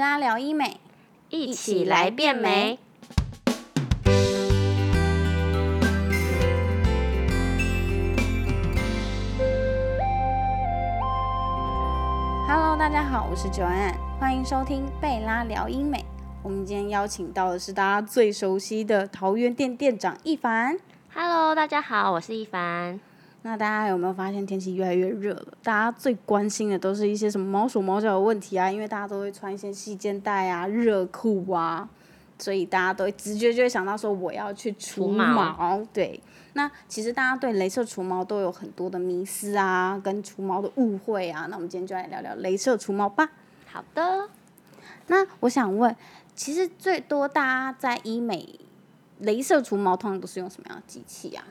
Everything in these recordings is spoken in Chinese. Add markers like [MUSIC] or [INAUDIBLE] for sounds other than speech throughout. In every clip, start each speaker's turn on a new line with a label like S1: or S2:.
S1: 拉聊医美，
S2: 一起来变美。
S1: Hello，大家好，我是九安，欢迎收听贝拉聊医美。我们今天邀请到的是大家最熟悉的桃园店店长一凡。
S2: Hello，大家好，我是一凡。
S1: 那大家有没有发现天气越来越热了？大家最关心的都是一些什么毛手毛脚的问题啊，因为大家都会穿一些细肩带啊、热裤啊，所以大家都会直觉就会想到说我要去除
S2: 除
S1: 毛。
S2: 毛
S1: 对，那其实大家对镭射除毛都有很多的迷思啊，跟除毛的误会啊。那我们今天就来聊聊镭射除毛吧。
S2: 好的，
S1: 那我想问，其实最多大家在医美镭射除毛通常都是用什么样的机器啊？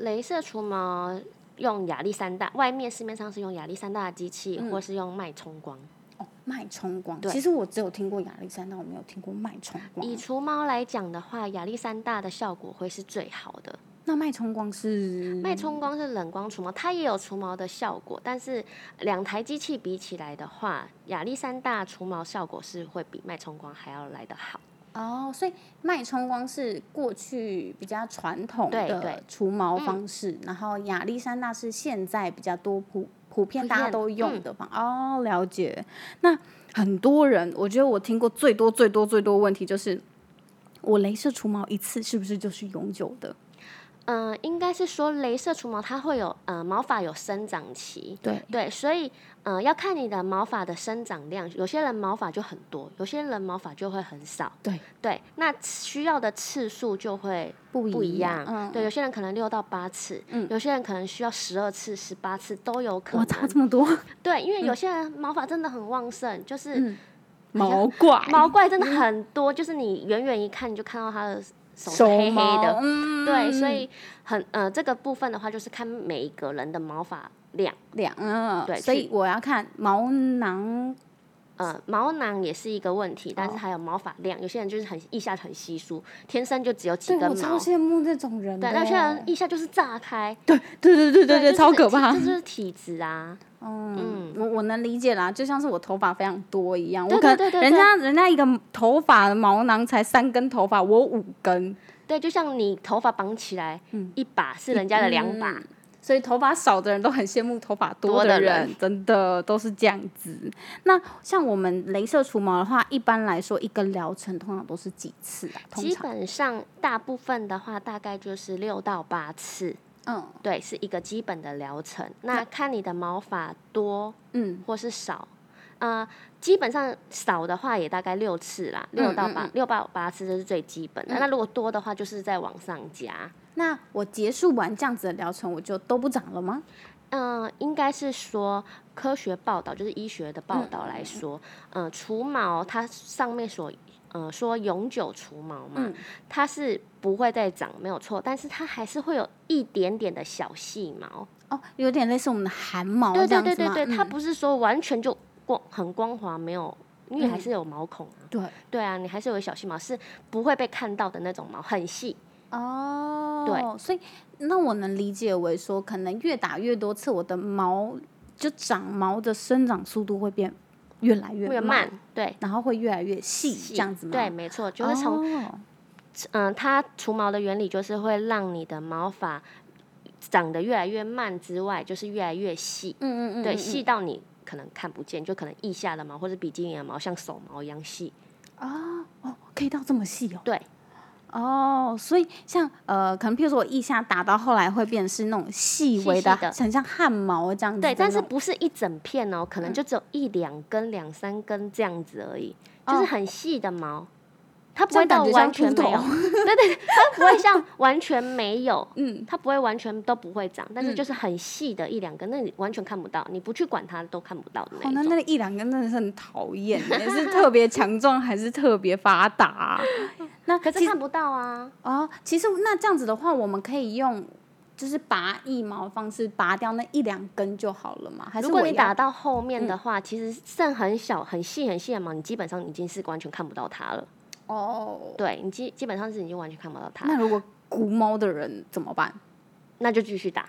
S2: 镭射除毛用亚历山大，外面市面上是用亚历山大的机器，或是用脉冲光。
S1: 哦，脉冲光。
S2: 对
S1: 其实我只有听过亚历山大，我没有听过脉冲光。
S2: 以除毛来讲的话，亚历山大的效果会是最好的。
S1: 那脉冲光是
S2: 脉冲光是冷光除毛，它也有除毛的效果，但是两台机器比起来的话，亚历山大除毛效果是会比脉冲光还要来得好。
S1: 哦，所以脉冲光是过去比较传统
S2: 对
S1: 的
S2: 对嗯
S1: 除毛方式，然后亚历山大是现在比较多普普遍
S2: 普
S1: 大家
S2: 遍嗯
S1: 都用的方、哦，了解。那很多人，我觉得我听过最多最多最多问题就是，我镭射除毛一次是不是就是永久的？
S2: 嗯、应该是说镭射除毛它会有呃毛发有生长期，
S1: 对，
S2: 对，所以呃要看你的毛发的生长量，有些人毛发就很多，有些人毛发就会很少，
S1: 对
S2: 哦对，那需要的次数就会
S1: 不
S2: 不一样，
S1: 嗯，
S2: 对，有些人可能六到八次，
S1: 嗯
S2: 有些人可能需要十二次、十八次都有可
S1: 我
S2: 能，
S1: 差这么
S2: [LAUGHS]
S1: 多，
S2: 对，因为有些人毛发真的很旺盛，就是
S1: 嗯毛怪，
S2: 毛怪真的很多，就是你远远一看你就看到他的手是
S1: 手
S2: 黑黑
S1: 毛
S2: 的，
S1: 嗯
S2: 对，所以很呃这个部分的话，就是看每一个人的毛发量，
S1: 两啊，
S2: 对
S1: 所以
S2: 去
S1: 我要看毛囊
S2: 呃毛囊也是一个问题，
S1: 哦
S2: 但是还有毛发量，有些人就是很腋下很稀疏，天生就只有几
S1: 对
S2: 根
S1: 我超
S2: 毛，
S1: 羡慕这种人的欸。
S2: 对，那有些人腋下就是炸开，
S1: 对对对对对
S2: 就是
S1: 超可怕
S2: 这。就是体质啊，
S1: 嗯
S2: 嗯，
S1: 我我能理解啦，就像是我头发非常多一样，我
S2: 对
S1: 可
S2: 对对
S1: 能
S2: 对
S1: 人
S2: 对
S1: 家人家一个头发的毛囊才三根头发，我有五根，
S2: 对，就像你头发绑起来
S1: 嗯
S2: 一把是人家的两把，
S1: 所以头发少的人都很羡慕头发多
S2: 多
S1: 的
S2: 的
S1: 人，
S2: 人
S1: 真的都是这样子。那像我们镭射除毛的话，一般来说一个疗程通常都是几次啊？通
S2: 基
S1: 常
S2: 本上大部分的话大概就是六到八次，
S1: 嗯
S2: 对，是一个基本的疗程。那看你的毛发多
S1: 嗯
S2: 或是少，呃，基本上少的话也大概六次啦，
S1: 嗯
S2: 六到
S1: 嗯
S2: 八六到八次这是最基本的。那如果多的话，就是再往上加。
S1: 那我结束完这样子的疗程，我就都不长了吗？
S2: 嗯、应该是说科学报道，就是医学的报道来说，嗯、除毛它上面所呃说永久除毛嘛，
S1: 嗯
S2: 它是不会再长，没有错，但是它还是会有一点点的小细毛。
S1: 哦，有点类似我们的汗毛
S2: 对
S1: 这
S2: 对
S1: 样子
S2: 对对
S1: 吗
S2: 对，它
S1: 嗯
S2: 不是说完全就光很光滑，没有，因为
S1: 嗯
S2: 还是有毛孔啊。
S1: 对
S2: 对啊，你还是有小细毛，是不会被看到的那种毛，很细。
S1: 哦，
S2: 对，
S1: 所以那我能理解为说，可能越打越多次，我的毛就长毛的生长速度会变越来
S2: 会
S1: 越
S2: 有慢，对，
S1: 然后会越来越细，这样子吗？
S2: 对，，没错，就是从
S1: 哦、
S2: 嗯、它除毛的原理就是会让你的毛发长得越来越慢之外，就是越来越细，
S1: 嗯嗯嗯，
S2: 对，
S1: 嗯
S2: 细到你可能看不见，就可能腋下的毛或者比基尼的毛像手毛一样细，
S1: 哦，可以到这么细哦。
S2: 对。
S1: 哦，所以像呃，可能譬如说我腋下打到后来会变成是那种细
S2: 细
S1: 微的，
S2: 细的
S1: 很像汗毛这样嗯子的那嗯
S2: 对，
S1: 种。
S2: 但是不是一整片哦，可能就只有一两根、两三根这样子而已，就是很细的毛，它不
S1: 这
S2: 会
S1: 样感
S2: 到
S1: 觉
S2: 完
S1: 哦像
S2: 全
S1: 秃
S2: 没有
S1: [LAUGHS] 头，，
S2: 它不会像完全没有，
S1: 嗯，
S2: 它不会完全都不会长，但是就是很细的一两根，那你完全看不到，你不去管它都看不到的
S1: 哦，那那
S2: 那一种。
S1: 个一两根真的是很讨
S2: [LAUGHS]
S1: 厌耶，是特别强壮还是特别发达啊、那
S2: 可
S1: 其
S2: 是
S1: 实
S2: 看不到啊，
S1: 哦，其实那这样子的话，我们可以用就是拔腋毛的方式拔掉那一两根就好了嘛？还是
S2: 如果
S1: 我
S2: 你
S1: 要嗯
S2: 打到后面的话，其实剩很小、很细、很细的毛，你基本上已经是完全看不到它了。
S1: 哦？
S2: 对，你基基本上是已经完全看不到它了，
S1: 那如果骨猫的人怎么办？
S2: 那就继续打，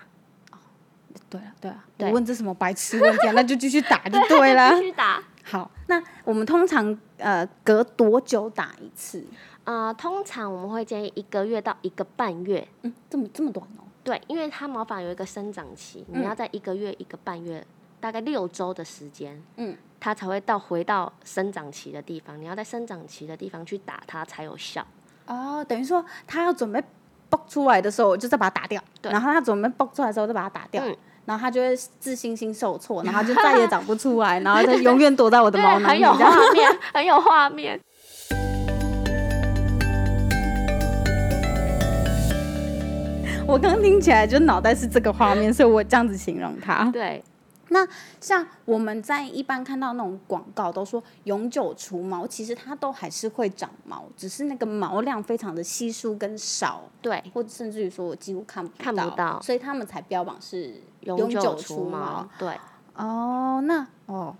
S1: 对了，对了，我 [LAUGHS]
S2: 对
S1: 啊
S2: [LAUGHS]
S1: 问这什么白痴问题啊？那就继续打就对了
S2: 继。续打。
S1: 好，那我们通常呃隔多久打一次？
S2: 呃，通常我们会建议一个月到一个半月，
S1: 嗯，这么这么短哦。
S2: 对，因为它毛发有一个生长期，你
S1: 嗯
S2: 要在一个月、一个半月，大概六周的时间，
S1: 嗯，
S2: 它才会到回到生长期的地方。你要在生长期的地方去打它才有效。
S1: 哦，等于说它要准备爆出来的时候，我就再把它打掉。
S2: 对
S1: 然后它准备爆出来的时候，再把它打掉。
S2: 嗯
S1: 然后它就会自信心受挫， [LAUGHS] 然后就再也长不出来，然后就永远躲在我 [LAUGHS] 的毛囊
S2: 很
S1: 里。
S2: 有
S1: 这样
S2: 画面，很有画面。
S1: 我刚听起来就脑袋是这个画面，所以我这样子形容它。
S2: 对，
S1: 像我们在一般看到那种广告都说永久除毛，其实它都还是会长毛，只是那个毛量非常的稀疏跟少，
S2: 对，
S1: 或甚至于说我几乎看不到，
S2: 看不到
S1: 所以他们才标榜是
S2: 永
S1: 久
S2: 除
S1: 毛。，
S2: 对，
S1: 哦，那哦，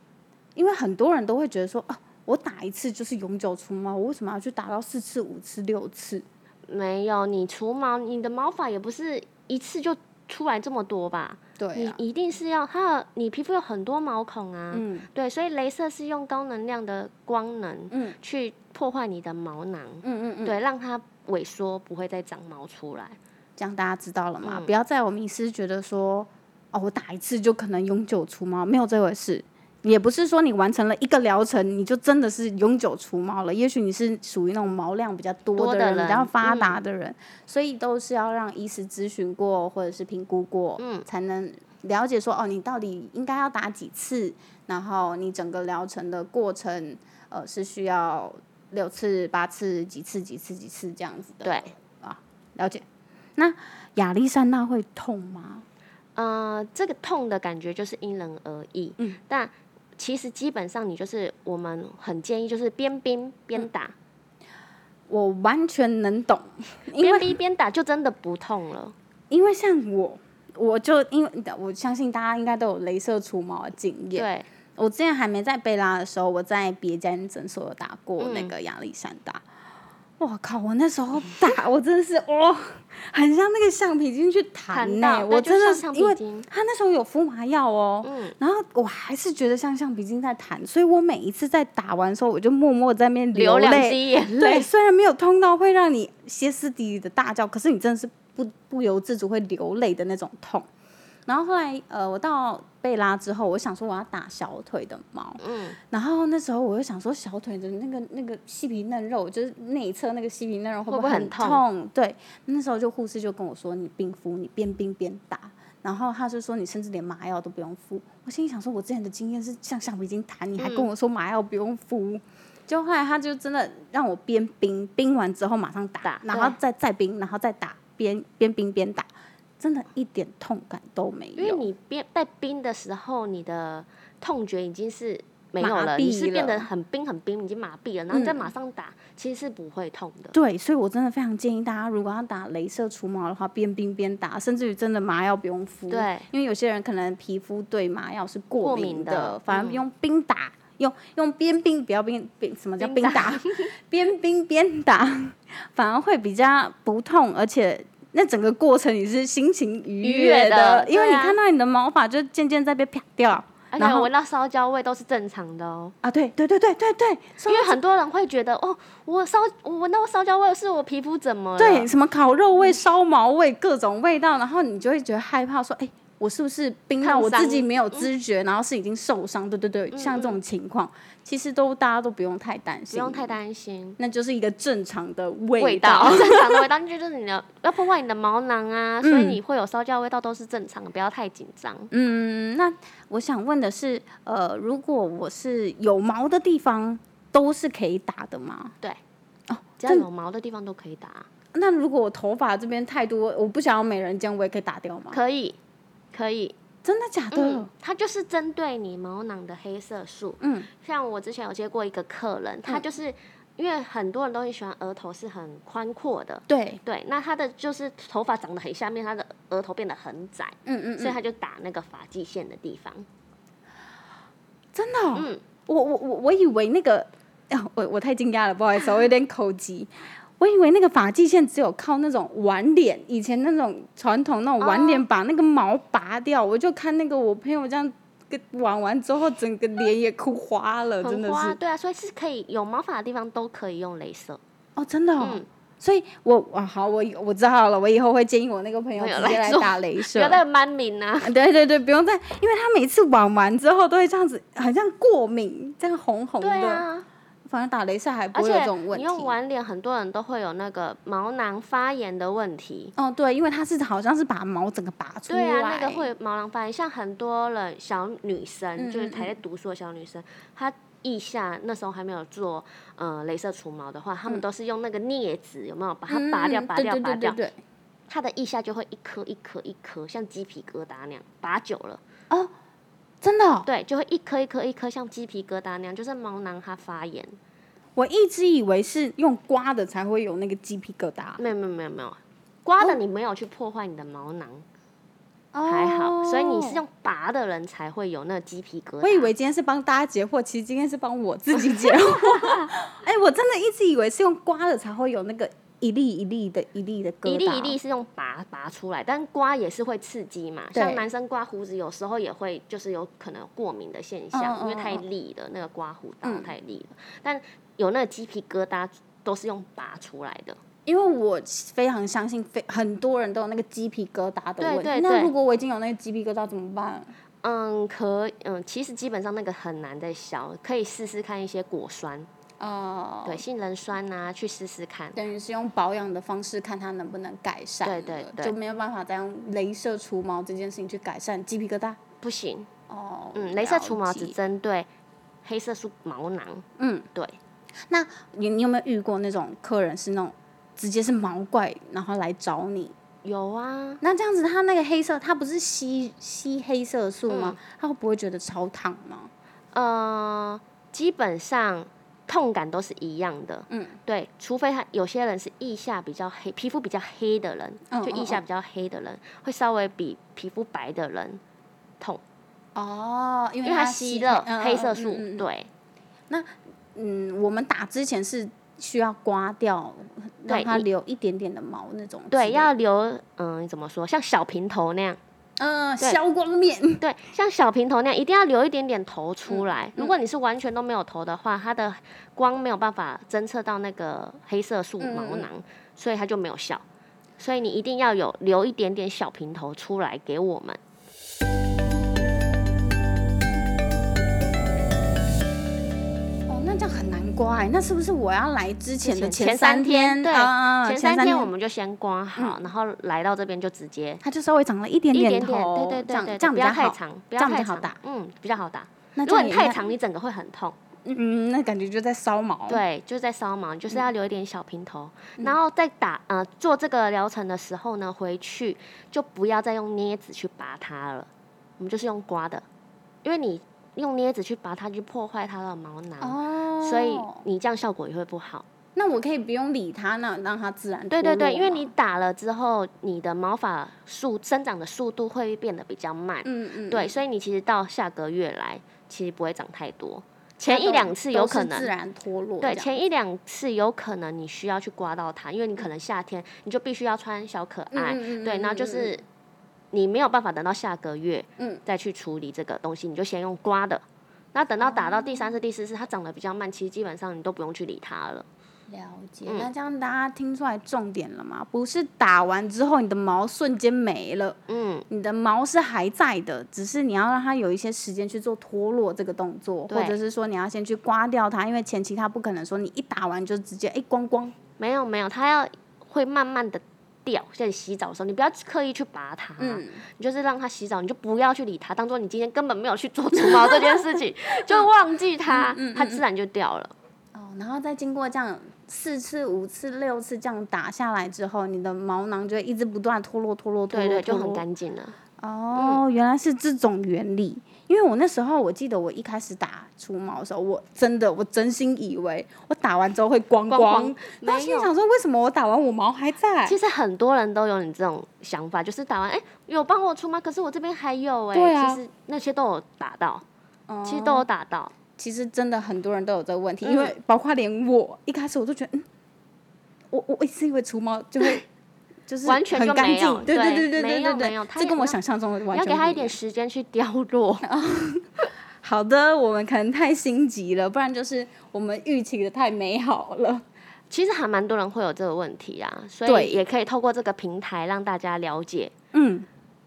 S1: 因为很多人都会觉得说啊，我打一次就是永久除毛，我为什么要去打到四次、五次、六次？
S2: 没有你除毛，你的毛发也不是一次就出来这么多吧？
S1: 对
S2: 你
S1: 啊，
S2: 一定是要它的，你皮肤有很多毛孔啊，
S1: 嗯
S2: 对，所以镭射是用高能量的光能
S1: 嗯
S2: 去破坏你的毛囊，
S1: 嗯嗯嗯，
S2: 对，让它萎缩，不会再长毛出来。
S1: 这样大家知道了嘛？
S2: 嗯
S1: 不要再有迷失，觉得说哦，我打一次就可能永久除毛，没有这回事。也不是说你完成了一个疗程，你就真的是永久除毛了。也许你是属于那种毛量比较多
S2: 多
S1: 的
S2: 的
S1: 人，
S2: 人嗯
S1: 比较发达的人，所以都是要让医师咨询过或者是评估过，
S2: 嗯
S1: 才能了解说哦，你到底应该要打几次，然后你整个疗程的过程，呃，是需要六次、八次、几次、几次、几次这样子的。
S2: 对，
S1: 了解。那亚历山大会痛吗？
S2: 呃，这个痛的感觉就是因人而异，
S1: 嗯，
S2: 但其实基本上你就是我们很建议就是边冰
S1: 嗯
S2: 边打，
S1: 我完全能懂，因
S2: 边
S1: 为
S2: 冰边打就真的不痛了。
S1: 因为像我，我就因为我相信大家应该都有镭射除毛的经验。
S2: 对，
S1: 我之前还没在贝拉的时候，我在别间诊所有打过
S2: 嗯
S1: 那个亚历山大。我靠！我那时候
S2: [LAUGHS]
S1: 打，我真的是哦，很像那个橡皮筋去弹
S2: 弹
S1: 呢、
S2: 到
S1: 我
S2: 对就
S1: 真的
S2: 像
S1: 是
S2: 橡
S1: 因为
S2: 皮筋，
S1: 他那时候有敷麻药哦，
S2: 嗯
S1: 然后我还是觉得像橡皮筋在弹，所以我每一次在打完的时候，我就默默在那边
S2: 流两
S1: 泪。
S2: 滴眼
S1: 对，
S2: 泪，
S1: 虽然没有痛到会让你歇斯底里的大叫，可是你真的是不不由自主会流泪的那种痛。然后后来，呃，我到贝拉之后，我想说我要打小腿的毛，
S2: 嗯，
S1: 然后那时候我就想说小腿的那个那个细皮嫩肉，就是内侧那个细皮嫩肉会
S2: 会不
S1: 会
S2: 会
S1: 很
S2: 很痛
S1: 对，那时候就护士就跟我说，你冰敷，你边冰边打。然后他就说你甚至连麻药都不用敷，我心里想说，我之前的经验是像橡皮筋弹，你还
S2: 嗯
S1: 跟我说麻药不用敷，就后来他就真的让我边冰冰完之后马上打，
S2: 打
S1: 然后
S2: 对
S1: 再再冰，然后再打，边边冰边打，真的一点痛感都没有。
S2: 因为你边被冰的时候，你的痛觉已经是没有
S1: 麻
S2: 了，你是
S1: 痹
S2: 变
S1: 了
S2: 得很冰很冰，已经麻痹了，然后再
S1: 嗯
S2: 马上打，其实是不会痛的。
S1: 对，所以我真的非常建议大家，如果要打镭射除毛的话，边冰边打，甚至于真的麻药不用敷。
S2: 对，
S1: 因为有些人可能皮肤对麻药是过
S2: 过
S1: 敏嗯
S2: 敏的
S1: 反而用冰打，用用边冰不要冰冰，什么叫冰
S2: 冰
S1: 打？ [LAUGHS] 边冰边打，反而会比较不痛，而且。那整个过程你是心情愉
S2: 愉
S1: 悦
S2: 悦的
S1: 因为
S2: 对
S1: 你
S2: 啊
S1: 看到你的毛发就渐渐在被啪掉
S2: 而且
S1: 然后
S2: 闻到烧焦味都是正常的哦，
S1: 啊！对对对对对对，
S2: 因为很多人会觉得哦，我烧我闻到烧焦味是我皮肤怎么了？
S1: 对，什么烤肉味、烧毛味，各种味道，然后你就会觉得害怕，说，哎、我是不是冰到
S2: 烫
S1: 我自
S2: 伤嗯
S1: 己没有知觉，然后是已经受伤？对对对，像这种情况，其实都大家都不用太担
S2: 不
S1: 心，
S2: 用太，担心。
S1: 那就是一个正常的味道。 [LAUGHS]
S2: 正常的味道，就是你的要破坏你的毛囊啊，所以
S1: 嗯
S2: 你会有烧焦味道都是正常的，不要太紧张。
S1: 嗯，那我想问的是，呃，如果我是有毛的地方，都是可以打的吗？
S2: 对，
S1: 哦，
S2: 只要
S1: 真
S2: 有毛的地方都可以打，
S1: 那如果我头发这边太多，我不想要美人尖，我也可以打掉吗？
S2: 可以，可以。
S1: 真的假的？
S2: 嗯，它就是针对你毛囊的黑色素。
S1: 嗯，
S2: 像我之前有接过一个客人，他就是、因为很多人都很喜欢额头是很宽阔的，
S1: 对，
S2: 对，那他的就是头发长得很下面，他的额头变得很窄，
S1: 嗯嗯
S2: 所以
S1: 嗯，
S2: 他就打那个发际线的地方。
S1: 真的、哦。
S2: 嗯，
S1: 我我我我以为那个，啊我我太惊讶了，不好意思，我有点口急。 [LAUGHS] 我以为那个发际线只有靠那种挽脸，以
S2: 哦
S1: 前那种传统那种挽脸把那个毛拔掉。我就看那个我朋友这样个玩完之后，整个脸也哭花了，呃真的
S2: 很花，
S1: 是
S2: 对啊，所以是可以有毛发的地方都可以用镭射。
S1: 哦，真的、哦。
S2: 嗯
S1: 所以我，啊好，我以我知道了，我以后会建议我那个朋友
S2: 朋友
S1: 直接
S2: 来
S1: 来
S2: 做
S1: 打镭
S2: 不
S1: 射
S2: 要。再蛮名啊，
S1: [LAUGHS] 对对对，不用再，因为他每次玩完之后都会这样子，好像过敏，这样红红的。
S2: 对啊，
S1: 反正打镭射还
S2: 而
S1: 不会有这
S2: 且
S1: 种问
S2: 你
S1: 题。
S2: 用晚脸，很多人都会有那个毛囊发炎的问题。
S1: 哦，对，因为它是好像是把毛整个拔出来。
S2: 对啊，那个会有毛囊发炎，像很多人小女
S1: 嗯
S2: 生，就是
S1: 嗯
S2: 还在读书的小女生，她腋下那时候还没有做呃镭射除毛的话，她们都是用那个镊子，有没有把它拔掉、
S1: 嗯
S2: 拔掉、
S1: 对
S2: 拔
S1: 对对
S2: 掉
S1: 对？对。
S2: 她的腋下就会一颗一颗一颗，像鸡皮疙瘩那样，拔久了。
S1: 哦真的哦、
S2: 对，就会一颗一颗一颗像鸡皮疙瘩那样，就是毛囊它发炎。
S1: 我一直以为是用刮的才会有那个鸡皮疙瘩。
S2: 没有没有没有没有，刮的你没有去破坏你的毛囊，
S1: 哦
S2: 还好，所以你是。用拔的人才会有那鸡皮疙瘩。
S1: 哦我以为今天是帮大家解惑，其实今天是帮我自己解
S2: [LAUGHS]
S1: 惑。哎、我真的一直以为是用刮的才会有那个一粒一粒的、一粒的疙瘩。
S2: 一粒一粒。是用拔拔出来，但刮也是会刺激嘛。
S1: 对
S2: 像男生刮胡子，有时候也会就是有可能有过敏的现
S1: 嗯
S2: 象，因为
S1: 嗯
S2: 太
S1: 嗯
S2: 利了，那个刮胡刀
S1: 嗯
S2: 太利了。但有那个鸡皮疙瘩都是用拔出来的。
S1: 因为我非常相信，非很多人都有那个鸡皮疙瘩的问题。
S2: 对对
S1: 那
S2: 对
S1: 如果我已经有那个鸡皮疙瘩怎么办？
S2: 嗯，可嗯，其实基本上那个很难再消，可以试试看一些果酸，
S1: 哦、
S2: 对，杏仁酸啊，去试试看。
S1: 等于是用保养的方式看它能不能改善了，
S2: 对对对
S1: 就没有办法再用镭射除毛这件事情去改善鸡皮疙瘩。
S2: 不行，
S1: 哦，
S2: 嗯，镭射除毛
S1: 了
S2: 只
S1: 解
S2: 针对黑色素毛囊，
S1: 嗯，
S2: 对，
S1: 那你你有没有遇过那种客人是那种直接是毛怪，然后来找你？
S2: 有啊，
S1: 那这样子，他那个黑色，他不是吸吸黑色素吗？
S2: 嗯
S1: 他会不会觉得超烫吗？
S2: 呃，基本上痛感都是一样的，
S1: 嗯，
S2: 对，除非他有些人是腋下比较黑，皮肤比较黑的人，
S1: 嗯
S2: 就腋下比较黑的人，会稍微比皮肤白的人痛，
S1: 哦，嗯因为
S2: 因为他
S1: 吸
S2: 吸了
S1: 嗯
S2: 黑色素，
S1: 嗯嗯嗯
S2: 对，
S1: 嗯，我们打之前是需要刮掉，
S2: 对
S1: 让它
S2: 一
S1: 留一点点的毛那种之类的。
S2: 对，要留，嗯，怎么说，像小平头那样。
S1: 嗯
S2: 对
S1: 消光面。
S2: 对，像小平头那样，一定要留一点点
S1: 嗯
S2: 头出来。如果你是完全都没有头的话，它的光没有办法侦测到那个黑色素毛
S1: 嗯嗯
S2: 囊，所以它就没有效。所以你一定要有留一点点小平头出来给我们。
S1: 哦，那这样很难刮哎、那是不是我要来之前的
S2: 前
S1: 三
S2: 三天，对，
S1: 啊、
S2: 前
S1: 三嗯
S2: 三天我们就先刮好，然后来到这边就直接
S1: 它就稍微长了一点
S2: 一点点，
S1: 头，
S2: 对对
S1: 这
S2: 对
S1: 样
S2: 对，
S1: 这
S2: 对
S1: 样
S2: 不
S1: 比
S2: 要
S1: 较
S2: 太
S1: 好。
S2: 长，不要
S1: 这样比
S2: 太
S1: 较好
S2: 长
S1: 打，
S2: 嗯，比较好打。
S1: 那
S2: 如
S1: 这
S2: 果
S1: 样
S2: 你
S1: 也
S2: 太
S1: 应该，
S2: 长，你整个会很痛。
S1: 嗯，那感觉就在烧毛。，
S2: 对，就在烧毛，就是
S1: 嗯
S2: 要留一点小平头，然后再打呃做这个疗程的时候呢，回去就不要再用镊子去拔它了，我们就是用刮的，因为你用镊子去拔它，就破坏它的毛囊，
S1: 哦，
S2: 所以你这样效果也会不好。
S1: 那我可以不用理它，那让它自然。
S2: 对对对，因
S1: 啊
S2: 为你，打了之后，你的毛发速生长的速度会变得比较慢，
S1: 嗯嗯，
S2: 对，
S1: 嗯，
S2: 所以你其实到下个月来，其实不会长太多，前
S1: 它
S2: 一
S1: 都
S2: 两次
S1: 都
S2: 有
S1: 是
S2: 可能
S1: 自然脱落这
S2: 对，
S1: 样。
S2: 前一两次有可能你需要去刮到它，因为你可能夏天你就必须要穿小可爱，
S1: 嗯嗯嗯
S2: 哎对，
S1: 嗯
S2: 然后就是你没有办法等到下个月，
S1: 嗯
S2: 再去处理这个东西，你就先用刮的。那等到打
S1: 哦
S2: 到第三次、第四次，它长得比较慢，其实基本上你都不用去理它了。
S1: 了解，
S2: 嗯
S1: 那这样大家听出来重点了吗？不是打完之后你的毛瞬间没了，
S2: 嗯，
S1: 你的毛是还在的，只是你要让它有一些时间去做脱落这个动作，
S2: 对
S1: 或者是说你要先去刮掉它，因为前期它不可能说你一打完就直接哎光光。
S2: 没有没有，它要会慢慢的掉。像你洗澡的时候，你不要刻意去拔它，
S1: 嗯，
S2: 你就是让它洗澡，你就不要去理它，当做你今天根本没有去做 [LAUGHS] 除毛这件事情，就忘记它，
S1: 嗯
S2: 它自然就掉了。
S1: 哦，然后再经过这样四次、五次、六次这样打下来之后，你的毛囊就会一直不断脱落、脱落、脱
S2: 对
S1: 落，
S2: 对，就
S1: 脱
S2: 很
S1: 落
S2: 干净了。
S1: 哦，原来是这种原理。因为我那时候，我记得我一开始打除毛的时候，我真的我真心以为我打完之后会光
S2: 光光
S1: 然后
S2: 没
S1: 心里
S2: 有
S1: 想说，为什么我打完我毛还在？
S2: 其实很多人都有你这种想法，就是打完哎、有帮我出吗？可是我这边还有哎、
S1: 对啊
S2: 其实那些都有打到，
S1: 哦
S2: 其实都有打到。
S1: 其实真的很多人都有这个问题，
S2: 嗯
S1: 因 [LAUGHS] 为包括连我一开始我都觉得，嗯，我我一直以为除毛就会就是
S2: 完全
S1: 很
S2: 就
S1: 干
S2: 没
S1: 净
S2: 有，
S1: 对
S2: 对
S1: 对对
S2: 没
S1: 对
S2: 有
S1: 对
S2: 没有
S1: 对，
S2: 它
S1: 这
S2: 也
S1: 跟我
S2: 要
S1: 想象中的完
S2: 要
S1: 全
S2: 给他
S1: 不
S2: 一点时间去凋落。 [LAUGHS]
S1: 好的，我们可能太心急了，不然就是我们预期的太美好了。
S2: 其实还蛮多人会有这个问题啊，所
S1: 对
S2: 以也可以透过这个平台让大家了解，
S1: 嗯，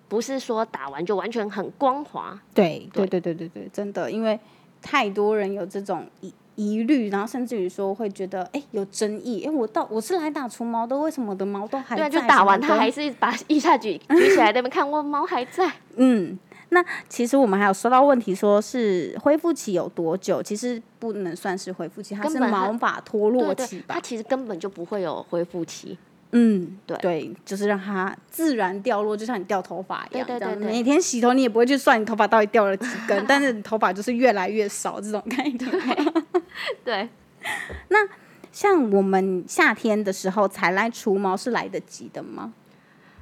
S2: 不是说打完就完全很光滑。
S1: 对对
S2: 对
S1: 对对对对，真的，因为太多人有这种疑疑虑，然后甚至于说会觉得，哎，有争议，哎，我到我是来打除毛的，为什么我的毛都还
S2: 对
S1: 在？
S2: 啊，就打完
S1: 什么
S2: 他
S1: 的
S2: 还是把腋下举举起来，那边看我猫还
S1: [LAUGHS]
S2: 在。
S1: 嗯，那其实我们还有收到问题，说是恢复期有多久？其实不能算是恢复期，它
S2: 根
S1: 是
S2: 本它
S1: 毛发脱落
S2: 对对
S1: 期，吧
S2: 它？其实根本就不会有恢复期。
S1: 嗯，
S2: 对
S1: 就是让它自然掉落，就像你掉头发一样。
S2: 对对
S1: 这样
S2: 对对
S1: 每天洗头你也不会去算你头发到底掉了几
S2: [LAUGHS]
S1: 根，但是你头发就是越来越少这种概念。
S2: 对，
S1: 像我们夏天的时候才来除毛是来得及的吗？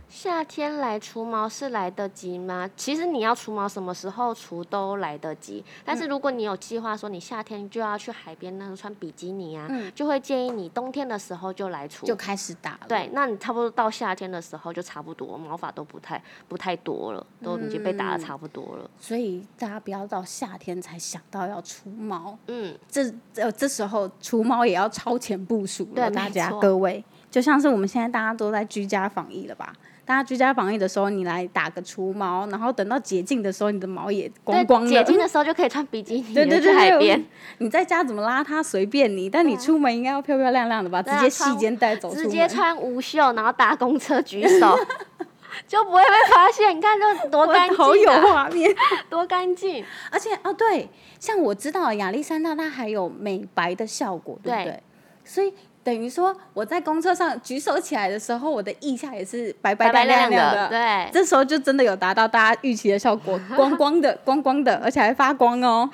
S2: 夏天来除毛是来得及吗？其实你要除毛，什么时候除都来得及。
S1: 嗯
S2: 但是如果你有计划说你夏天就要去海边那种穿比基尼啊，就会建议你冬天的时候就来
S1: 嗯
S2: 除。
S1: 就开始打了。
S2: 对，那你差不多到夏天的时候就差不多，毛发都不太不太多了，都已经被
S1: 嗯
S2: 打的差不多了。
S1: 所以大家不要到夏天才想到要除毛，
S2: 嗯，
S1: 这呃这时候除毛也要超前部署了，
S2: 对
S1: 大家
S2: 没错
S1: 各位，就像是我们现在大家都在居家防疫了吧？大家居家防疫的时候，你来打个除毛，然后等到解禁的时候，你的毛也光
S2: 对，
S1: 光了。
S2: 解禁的时候就可以穿比基尼
S1: 对对对
S2: 了去
S1: 对
S2: 海
S1: 我
S2: 边，嗯
S1: 你在家怎么邋遢随便你，但你出门应该要漂漂亮亮的吧？
S2: 对啊
S1: 直接细肩带走出门。
S2: 直接穿无袖，然后搭公车举手， [LAUGHS] 就不会被发现。你看这多干
S1: [LAUGHS] [LAUGHS] 我好
S2: 净
S1: 有
S2: 啊，
S1: 画面。
S2: 多干净。
S1: 而且哦，对，像我知道亚历山大它还有美白的效果，对不对？
S2: 对
S1: 所以等于说我在公车上举手起来的时候，我的腋下也是白
S2: 白白
S1: 亮
S2: 亮
S1: 亮
S2: 的，对
S1: 这时候就真的有达到大家预期的效果，光光的，光光的，而且还发光哦。，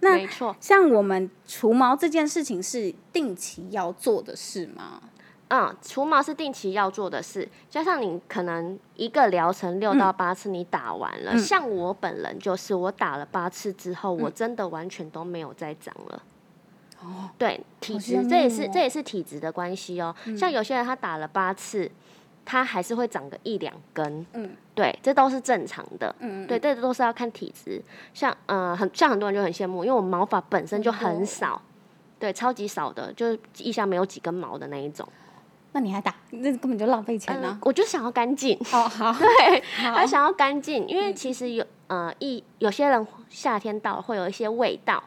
S1: 那
S2: 没错，
S1: 像我们除毛这件事情是定期要做的事吗？
S2: 嗯，除毛是定期要做的事，加上你可能一个疗程六到八次，你打完了，
S1: 嗯
S2: 像我本人就是，我打了八次之后，我真的完全都没有再长了。哦，对，体
S1: 好
S2: 质、
S1: 羡慕
S2: 这也是
S1: 哦嗯
S2: 这也是体质的关系哦。像有些人他打了八次，他还是会长个一两根，
S1: 嗯
S2: 对，这都是正常的。
S1: 嗯，
S2: 对，这都是要看体质。像呃，很像很多人就很羡慕，因为我毛发本身就很少，对，超级少的，就是腋下没有几根毛的那一种。
S1: 那你还打，那根本就浪费钱
S2: 嗯
S1: 啊！
S2: 我就想要干净，
S1: 哦，好，
S2: 对，
S1: 好嗯
S2: 我想要干净，因为其实有呃一有些人夏天到了会有一些味道，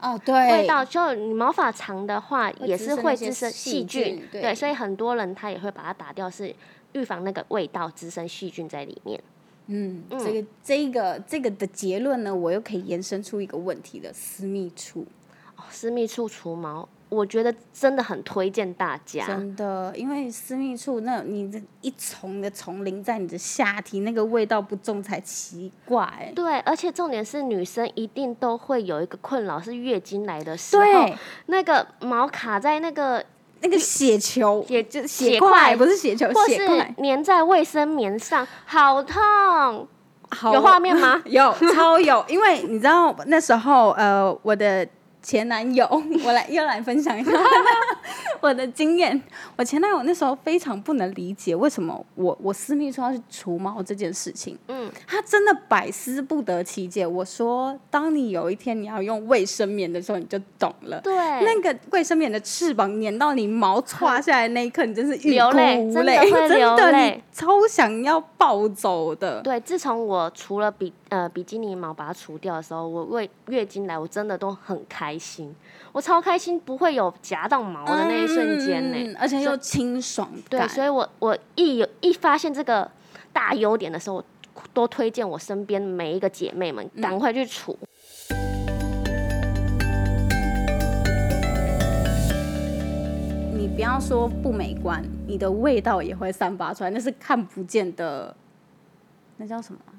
S1: 哦，对，
S2: 味道就你毛发长的话
S1: 会
S2: 也
S1: 滋
S2: 是
S1: 生
S2: 会
S1: 一些
S2: 滋生
S1: 细
S2: 细菌
S1: 菌，对
S2: 对，所以很多人他也会把它打掉，是预防那个味道滋生细菌在里面。
S1: 嗯，
S2: 嗯
S1: 这个这一个这个的结论呢，我又可以延伸出一个问题了：私密处，
S2: 哦私密处除毛，我觉得真的很推荐大家。
S1: 真的，因为私密处那你这一丛的丛林在你的下体，那个味道不重才奇怪。
S2: 对，而且重点是女生一定都会有一个困扰，是月经来的时候，
S1: 对，
S2: 那个毛卡在那个，
S1: 那个血球，
S2: 血
S1: 就是
S2: 血
S1: 块，
S2: 块
S1: 不是血球，
S2: 或
S1: 血
S2: 是
S1: 块，
S2: 粘在卫生棉上，好痛，
S1: 好？
S2: 有画面吗
S1: 有超有，因为你知道那时候呃，我的前男友， [LAUGHS] 我来又来分
S2: [LAUGHS]
S1: 享一下我的经验。我前男友那时候非常不能理解为什么我我私密处要去除毛这件事情，
S2: 嗯，
S1: 他真的百思不得其解。我说，当你有一天你要用卫生棉的时候，你就懂了。
S2: 对，
S1: [LAUGHS] 那个卫生棉的翅膀粘到你毛歘下来那一刻，你真是欲
S2: 流
S1: 哭
S2: 泪
S1: 无
S2: 真的
S1: 泪，[LAUGHS]
S2: 会
S1: 真
S2: 流
S1: 的你
S2: 泪
S1: 超想要暴走的。
S2: 对，自从我除了比呃比基尼毛把它除掉的时候，我为月经来，我真的都很开心，我超开心，不会有夹到毛的那一瞬间呢、
S1: 嗯而且又清爽
S2: 对，
S1: 感。
S2: 所以我我一有一发现这个大优点的时候，我多推荐我身边每一个姐妹们
S1: 嗯
S2: 赶快去除。
S1: 你不要说不美观，你的味道也会散发出来，那是看不见的，那叫什么啊？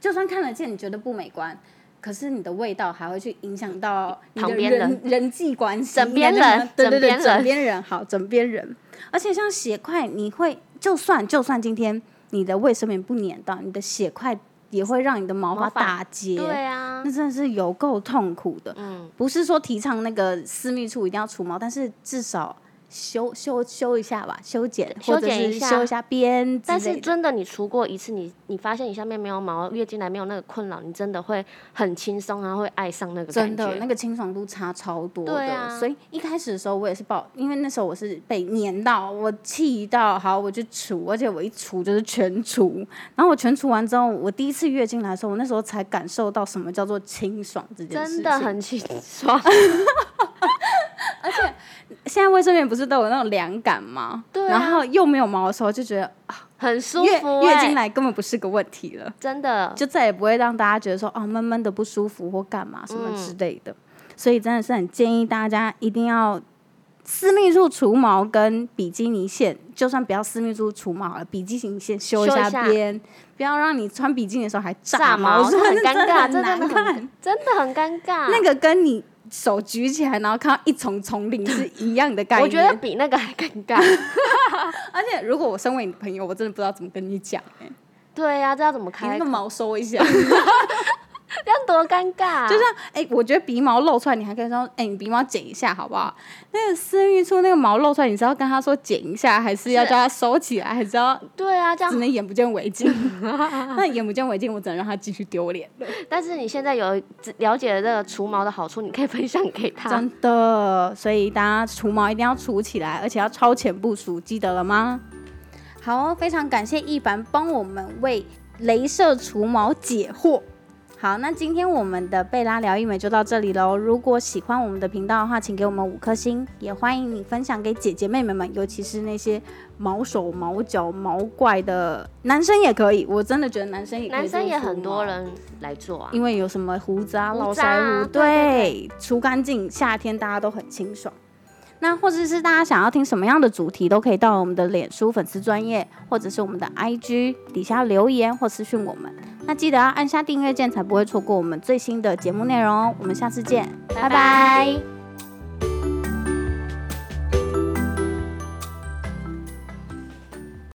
S1: 就算看得见，你觉得不美观，可是你的味道还会去影响到你的
S2: 旁边
S1: 人人际关系，
S2: 枕边人
S1: 那就对对对，
S2: 枕边人
S1: 枕边人好，枕边人。而且像血块，你会就算就算今天你的卫生棉不粘到，你的血块也会让你的毛发
S2: 毛发
S1: 打结，
S2: 对啊，
S1: 那真的是有够痛苦的。
S2: 嗯，
S1: 不是说提倡那个私密处一定要除毛，但是至少修修修一下吧，修剪
S2: 修
S1: 或者
S2: 剪
S1: 是
S2: 一下
S1: 修一下边之
S2: 但
S1: 类
S2: 是
S1: 的
S2: 真的，你除过一次，你你发现你下面没有毛，月经来没有那个困扰，你真的会很轻松，然后会爱上那个感
S1: 真
S2: 觉。
S1: 的那个清爽度差超多的，
S2: 对啊
S1: 所以一开始的时候我也是抱，因为那时候我是被黏到，我气到，好我就除，而且我一除就是全除，然后我全除完之后，我第一次月经来的时候，我那时候才感受到什么叫做清爽这件事情。
S2: 真的很清
S1: [LAUGHS]
S2: 爽。
S1: 现在卫生棉不是都有那种凉感吗？
S2: 对啊
S1: 然后又没有毛的时候，就觉得
S2: 很舒
S1: 月
S2: 服、欸嗯
S1: 月经来根本不是个问题了。
S2: 真的，
S1: 就再也不会让大家觉得说哦闷闷的不舒服或干嘛什么之类的。所以真的是很建议大家一定要私密处除毛跟比基尼线，就算不要私密处除毛好了，比基尼线修一
S2: 修一
S1: 下
S2: 下
S1: 边，不要让你穿比基尼的时候还
S2: 炸毛
S1: 真
S2: 这
S1: 的
S2: 很尴尬，这
S1: 真的很
S2: 真的
S1: 难看
S2: 很。真的很尴尬。
S1: 那个跟你手举起来，然后看到一丛丛林是一样的概念。
S2: 我觉得，比那个还尴尬。
S1: 而且如果我身为你的朋友，我真的不知道怎么跟你讲、欸，
S2: 对啊呀、这要怎么
S1: 你那
S2: 开
S1: 个
S2: 口？
S1: 毛收一下。
S2: 这样多尴尬、
S1: [LAUGHS]
S2: 啊！
S1: 就像哎、我觉得鼻毛露出来，你还可以说，哎、你鼻毛剪一下好不好？那个私密处那个毛露出来，你是要跟他说剪一下，还是要
S2: 是
S1: 叫他收起来，还是要
S2: 对啊，这
S1: 只
S2: 样。
S1: 能眼不见为净？那眼不见为净，我只能让他继续丢脸了。
S2: 但是你现在有了解了这个除毛的好处，你可以分享给他。
S1: 真的，所以大家除毛一定要除起来，而且要超前部署，记得了吗？好哦，非常感谢一凡帮我们为镭射除毛解惑。好，那今天我们的贝拉聊医美就到这里喽。如果喜欢我们的频道的话，请给我们五颗星，也欢迎你分享给姐姐妹妹们，尤其是那些毛手毛脚毛怪的男生也可以。我真的觉得男生也可以
S2: 男生也
S1: 做除
S2: 很多
S1: 毛
S2: 人来做啊，
S1: 因为有什么胡子啊、
S2: 胡
S1: 络
S2: 子啊
S1: 腮胡，
S2: 对对
S1: 除干净，夏天大家都很清爽。那或者是大家想要听什么样的主题，都可以到我们的脸书粉丝专业，或者是我们的 IG 底下留言或私讯我们。那记得要按下订阅键，才不会错过我们最新的节目内容哦。我们下次见，拜拜
S2: 拜拜